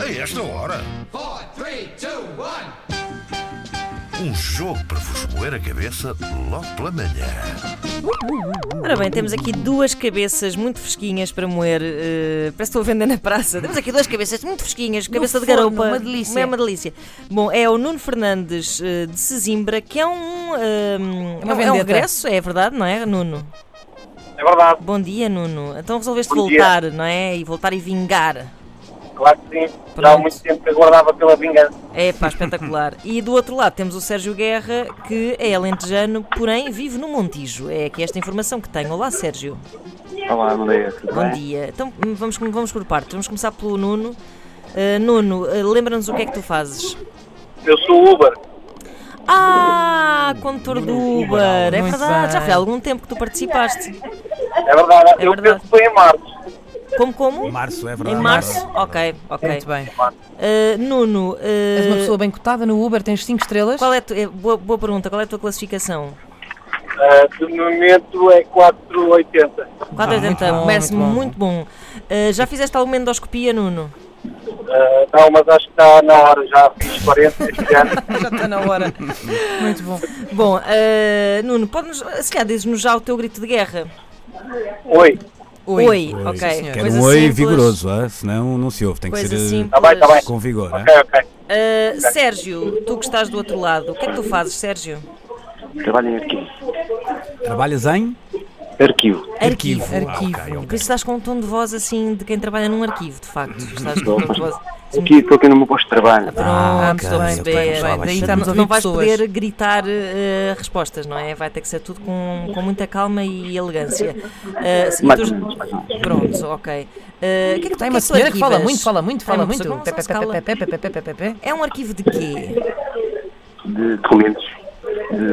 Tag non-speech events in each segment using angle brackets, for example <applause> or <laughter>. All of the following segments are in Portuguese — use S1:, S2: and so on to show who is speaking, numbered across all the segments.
S1: A esta hora?
S2: four, three, two, one.
S1: Um jogo para vos moer a cabeça logo pela manhã.
S3: Ora bem, temos aqui duas cabeças muito fresquinhas para moer. eh, parece que estou a vender na praça. Temos aqui duas cabeças muito fresquinhas, cabeça de
S4: forno,
S3: garupa.
S4: uma delícia.
S3: É uma delícia. Bom, é o Nuno Fernandes eh, de Sesimbra, que é um. eh,
S4: uma
S3: é um- é um
S4: vendetta.
S3: regresso, é verdade, não é, Nuno?
S5: É verdade,
S3: Bom dia, Nuno. Então resolveste
S5: Bom dia.
S3: voltar, não é? E voltar e vingar.
S5: claro que sim. Já há muito tempo que aguardava pela vingança.
S3: É pá,
S5: <laughs>
S3: espetacular. E do outro lado temos o Sérgio Guerra, que é alentejano, porém vive no Montijo. É aqui esta informação que tenho. Olá, Sérgio.
S5: Olá, bom dia, tudo
S3: Bom
S5: bem?
S3: dia. Então hum, vamos, com- vamos por partes. Vamos começar pelo Nuno. Ah, Nuno, ah, lembra-nos o que é que tu fazes?
S5: Eu sou Uber.
S3: Ah, condutor do Uber. É
S4: Muito
S3: verdade, já
S4: bem.
S3: foi há algum tempo que tu participaste.
S5: É verdade,
S3: É
S5: eu
S3: verdade.
S5: penso que foi em março.
S3: Como, como?
S6: Março, é
S3: Em
S6: verdade.
S3: março? Ok, ok.
S4: Muito bem.
S3: Ah, Nuno, ah,
S4: És uma pessoa bem cotada no Uber, tens 5 estrelas.
S3: qual é a tu- eh, boa, boa pergunta, qual é a tua classificação?
S5: Ah, de momento é 4,80.
S3: 480,
S4: muito bom,
S3: parece-me
S4: muito bom.
S3: muito bom. Ah, já fizeste alguma endoscopia, Nuno?
S5: Ah, não, mas acho que está na hora, já fiz 40 este ano.
S4: <laughs> <laughs> Já está na hora.
S3: <laughs>
S4: Muito bom.
S3: Bom, ah, Nuno, pode-nos, se calhar, dizes-nos já o teu grito de guerra.
S5: Oi,
S3: Oi,
S4: Oi.
S3: ok.
S4: Sim, senhora.
S6: Quero
S3: Coisa
S6: um oi
S3: simples,
S6: vigoroso, ah, senão não se ouve. Tem que
S3: Coisa
S6: ser eh,
S3: simples.
S5: está Tá
S7: Tá
S5: bem, está bem.
S6: com vigor. ah.
S5: Ok, ok.
S3: Ah, Sérgio, tu que estás do outro lado, o que é que tu fazes, Sérgio?
S7: Trabalho em arquivo.
S6: Trabalhas em?
S7: Arquivo.
S3: Arquivo.
S4: Arquivo.
S6: Ah, ok, ok.
S3: Por isso estás com um tom de voz assim de quem trabalha num arquivo, de facto.
S4: Uhum.
S3: Estás com um tom de voz.
S7: Aqui estou aqui no meu posto de trabalho.
S4: Ah,
S3: Pronto, estou a
S4: ok,
S3: perceber.
S4: ok, ok. Daí estamos a
S3: não,
S4: ouvir
S3: não vais
S4: pessoas.
S3: poder gritar eh, respostas, não é? Vai ter que ser tudo com, com muita calma e elegância. Eh, se-
S7: Mais
S3: tu-
S7: ou menos, mais ou menos.
S3: Pronto, ok. Eh, o que é que tu, o
S4: Tem
S3: que é
S4: uma
S3: que tu
S4: senhora que fala
S3: arquivas?
S4: muito, fala muito,
S3: É
S4: fala
S3: uma
S4: muito.
S3: pessoa que não
S4: Pe-
S3: se
S4: pe-
S3: cala.
S4: pe- pe- pe- pe- pe- pe- pe-
S3: É um arquivo de quê?
S7: De documentos,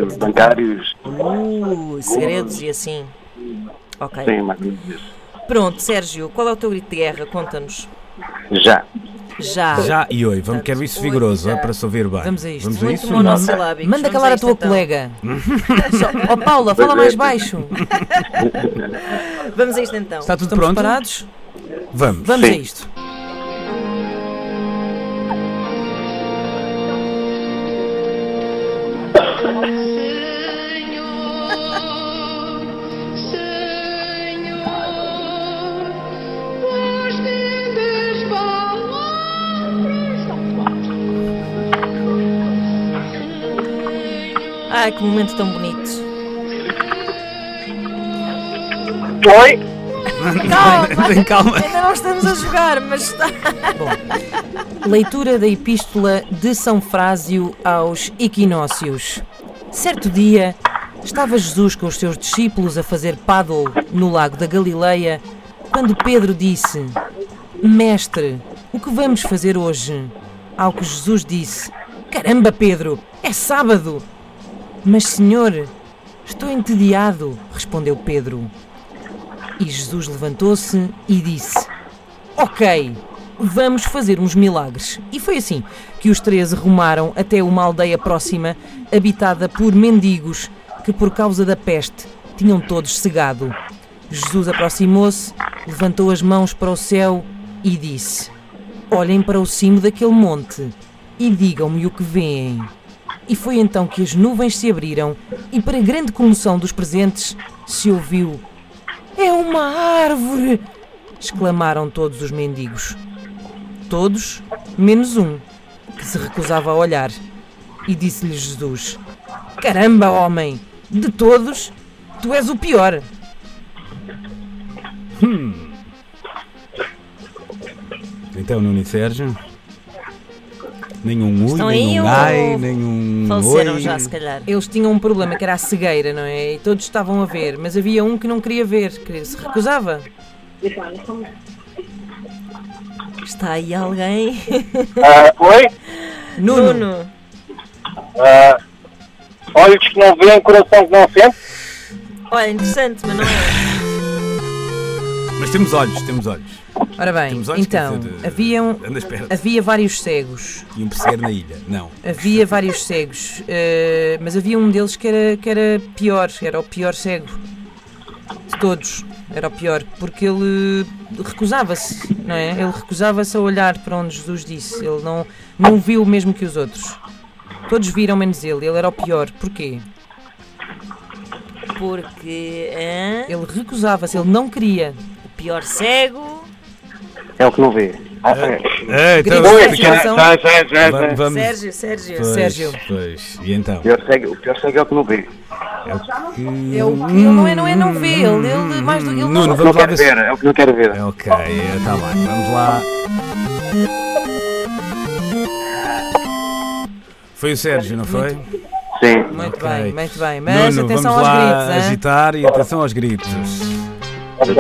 S7: de bancários,
S3: Uh, segredos e assim. Ok.
S7: tem mais ou menos isso.
S3: Pronto, Sérgio, qual é o teu grito de guerra? Conta-nos.
S7: Já.
S3: Já.
S6: Já e oi. Vamos, quero isso vigoroso, ah, para se ouvir bem.
S4: Vamos a isto.
S6: Vamos a
S3: Muito
S6: isso?
S3: monossilábicos.
S4: Manda
S3: Vamos
S4: calar a
S3: isto,
S4: tua
S3: então. <laughs>
S4: colega. Só- Oh Paula, fala
S7: Pois é.
S4: mais baixo.
S3: Vamos a isto então.
S4: Está tudo
S6: Estamos
S4: pronto?
S6: preparados? Vamos.
S4: Vamos a
S7: Sim.
S4: isto.
S3: Ai, Ah, que momento tão bonito.
S5: oi.
S6: <laughs> Tem calma.
S3: Ainda não estamos a jogar, mas está.
S4: Leitura da Epístola de São Frásio aos Equinócios. Certo dia, estava Jesus com os seus discípulos a fazer paddle no lago da Galileia, quando Pedro disse: Mestre, o que vamos fazer hoje? Ao que Jesus disse: Caramba, Pedro, é sábado! Mas, Senhor, estou entediado, respondeu Pedro. E Jesus levantou-se e disse: Ok, vamos fazer uns milagres. E foi assim que os três rumaram até uma aldeia próxima, habitada por mendigos que, por causa da peste, tinham todos cegado. Jesus aproximou-se, levantou as mãos para o céu e disse: Olhem para o cimo daquele monte e digam-me o que veem. E foi então que as nuvens se abriram e, para grande comoção dos presentes, se ouviu: É uma árvore! exclamaram todos os mendigos. Todos, menos um, que se recusava a olhar. E disse-lhe Jesus: Caramba, homem, de todos, tu és o pior.
S6: Então, Nuno e Sérgio. Nenhum
S3: Estão
S6: ui,
S3: aí
S6: nenhum
S3: ou
S6: ai, nenhum
S3: Faleceram
S6: oi.
S3: já, se calhar.
S4: Eles tinham um problema que era a cegueira, não é? E todos estavam a ver, mas havia um que não queria ver, que se recusava.
S3: Está aí alguém?
S5: Ah, oi.
S4: Nuno,
S3: Nuno.
S5: Ah, olhos que não veem, coração que não sente.
S3: Olha, interessante, mas não é.
S6: Mas temos olhos, temos olhos.
S4: ora bem,
S6: Temos olhos,
S4: então,
S6: quer dizer, eh, de-
S4: haviam,
S6: Andas perto.
S4: havia vários cegos.
S6: E um perseguir na ilha. Não.
S4: Havia vários cegos, eh, mas havia um deles que era, que era pior, era o pior cego de todos. era o pior, porque ele recusava-se, não é? Ele recusava-se a olhar para onde Jesus disse. Ele não, não viu o mesmo que os outros. Todos viram menos ele, ele era o pior. Porquê?
S3: Porque hã? É
S4: Ele recusava-se, ele não queria.
S6: Tá
S3: o pior cego.
S7: É o que não vê. Ah, é.
S6: É,
S4: então-
S7: Pois,
S4: Sim,
S7: já,
S4: são-
S7: já, já,
S5: é?
S7: já, já.
S6: vamos, vamos.
S3: Sérgio, Sérgio.
S6: tá- Pois,
S4: Sérgio.
S6: Pois, e então?
S7: O pior cego- O pior cego é o que não vê.
S4: Ele, ele não é, não é, não vê, ele, ele mais do que ele
S6: Nuno,
S4: não.
S7: O que não
S6: vamos lá
S7: quer
S6: ver se...
S7: ver. É o que não quer ver.
S6: É, Ok, está bem, vamos lá. Foi o Sérgio, não foi?
S7: Sim.
S4: Muito
S6: Ok.
S4: bem, muito bem. Mas
S6: Nuno,
S4: atenção aos
S6: vamos lá
S4: gritos, hein?
S6: agitar e atenção aos gritos.
S5: Ok.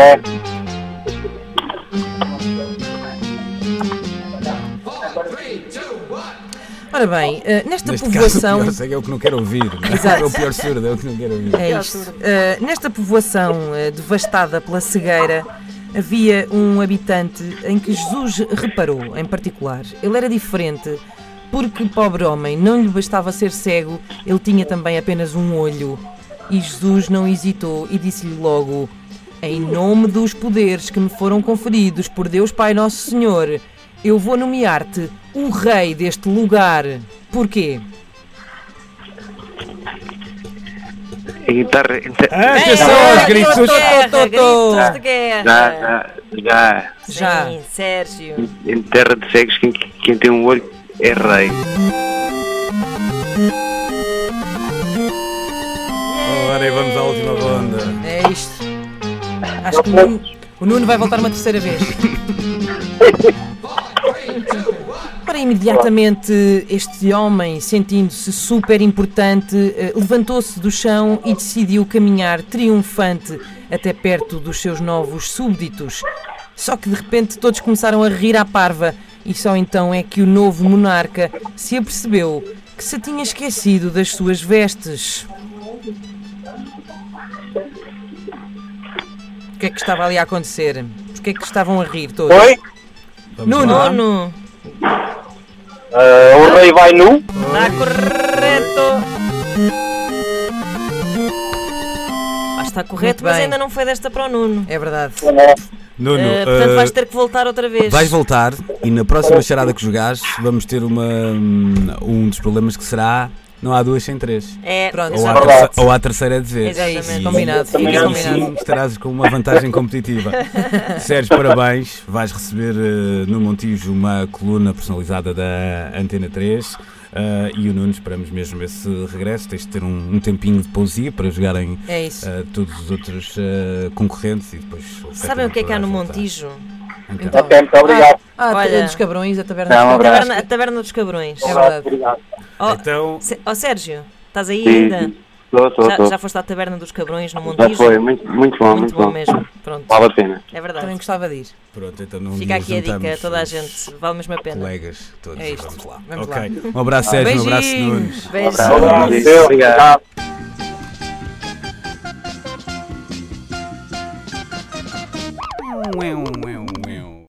S4: Ora bem, eh, nesta
S6: Neste
S4: povoação.
S6: caso, <laughs> o pior cego é o que não quero ouvir. não é?
S4: Exato.
S6: É o pior surdo, é o que não quero ouvir.
S4: É isto. Uh, nesta povoação uh, devastada pela cegueira, havia um habitante em que Jesus reparou, em particular. Ele era diferente, porque pobre homem, não lhe bastava ser cego, ele tinha também apenas um olho. E Jesus não hesitou e disse-lhe logo: Em nome dos poderes que me foram conferidos por Deus Pai Nosso Senhor, eu vou nomear-te o rei deste lugar. Porquê?
S7: A guitarra.
S6: Ah,
S3: Ei,
S6: Atenção aos gritos.
S3: Gritos de
S4: Tô, tô,
S3: guerra,
S4: tô.
S3: gritos de
S7: Já,
S3: guerra.
S7: já, já.
S4: Já.
S3: Sim, Sérgio.
S7: Em terra de cegos, quem, quem tem um olho é rei.
S6: Ora, e Então, é, vamos à última ronda.
S4: É isto. Acho que o Nuno, o Nuno vai voltar uma terceira vez. Ora, imediatamente este homem, sentindo-se super importante, eh, levantou-se do chão e decidiu caminhar triunfante até perto dos seus novos súbditos. Só que de repente todos começaram a rir à parva e só então é que o novo monarca se apercebeu que se tinha esquecido das suas vestes. O que é que estava ali a acontecer? Porquê é que estavam a rir todos?
S5: Oi?
S6: Vamos
S4: Nuno!
S6: lá.
S4: Nuno.
S5: Ah, o rei vai nu?
S3: Está correto. Ah, está correto,
S4: Muito
S3: mas
S4: bem.
S3: ainda não foi desta para o Nuno.
S4: É verdade.
S5: Ah,
S6: Nuno,
S3: Eh, portanto,
S6: eh,
S3: vais ter que voltar outra vez.
S6: vais voltar e na próxima charada que jogares vamos ter uma, um dos problemas que será não há duas sem três.
S3: É,
S4: Pronto,
S6: Ou à,
S4: exato.
S6: terceira, ou à terceira é de vez.
S3: É isso,
S6: E-
S4: combinado,
S6: e
S4: fica
S6: aí Sim,
S4: combinado.
S6: estarás com uma
S3: <laughs>
S6: vantagem competitiva. Sérgio, parabéns. Vais receber eh, no Montijo uma coluna personalizada da Antena 3. eh, e o Nuno, esperamos mesmo esse regresso. Tens de ter um, um tempinho de pausia para jogarem
S4: É isso.
S6: eh, todos os outros eh, concorrentes e depois.
S3: sabem o que é que há no
S6: poderás voltar.
S3: Montijo?
S6: Então,
S5: Ok, muito obrigado.
S4: Ah, a
S3: Olha.
S4: dos cabrões, a taberna.
S7: Não, um
S4: dos cabrões.
S7: abraço.
S3: Taberna- a Taberna dos Cabrões.
S4: É verdade.
S5: Obrigado.
S3: Ó
S6: então,
S3: Sé- ó, Sérgio, estás aí
S7: Sim,
S3: ainda?
S7: Estou, estou,
S3: Já,
S7: estou.
S3: já foste à Taberna dos Cabrões no Montijo?
S7: Já foi, muito, muito bom,
S3: Muito
S7: muito
S3: bom
S7: bom.
S3: mesmo. Pronto,
S7: Vale a pena.
S3: é
S4: Também
S3: verdade.
S4: gostava de ir.
S6: pronto, então não
S3: Fica
S6: nos
S3: aqui a dica,
S6: juntamos
S3: toda a
S6: os
S3: gente. Vale mesmo a pena.
S6: Colegas, todos.
S4: É isto.
S6: Vamos lá.
S4: Vamos
S6: Ok. Um abraço, Sérgio. Um abraço,
S4: Beijinhos.
S6: Nunes.
S3: Beijo.
S7: Obrigado. Obrigado.
S6: Ué, ué, ué.